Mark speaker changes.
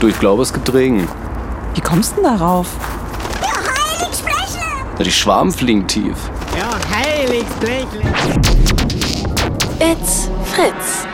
Speaker 1: Du, ich glaube, es gibt Regen.
Speaker 2: Wie kommst du denn darauf?
Speaker 1: Die Schwarm fliegen tief.
Speaker 3: Ja, heilig,
Speaker 4: It's Fritz.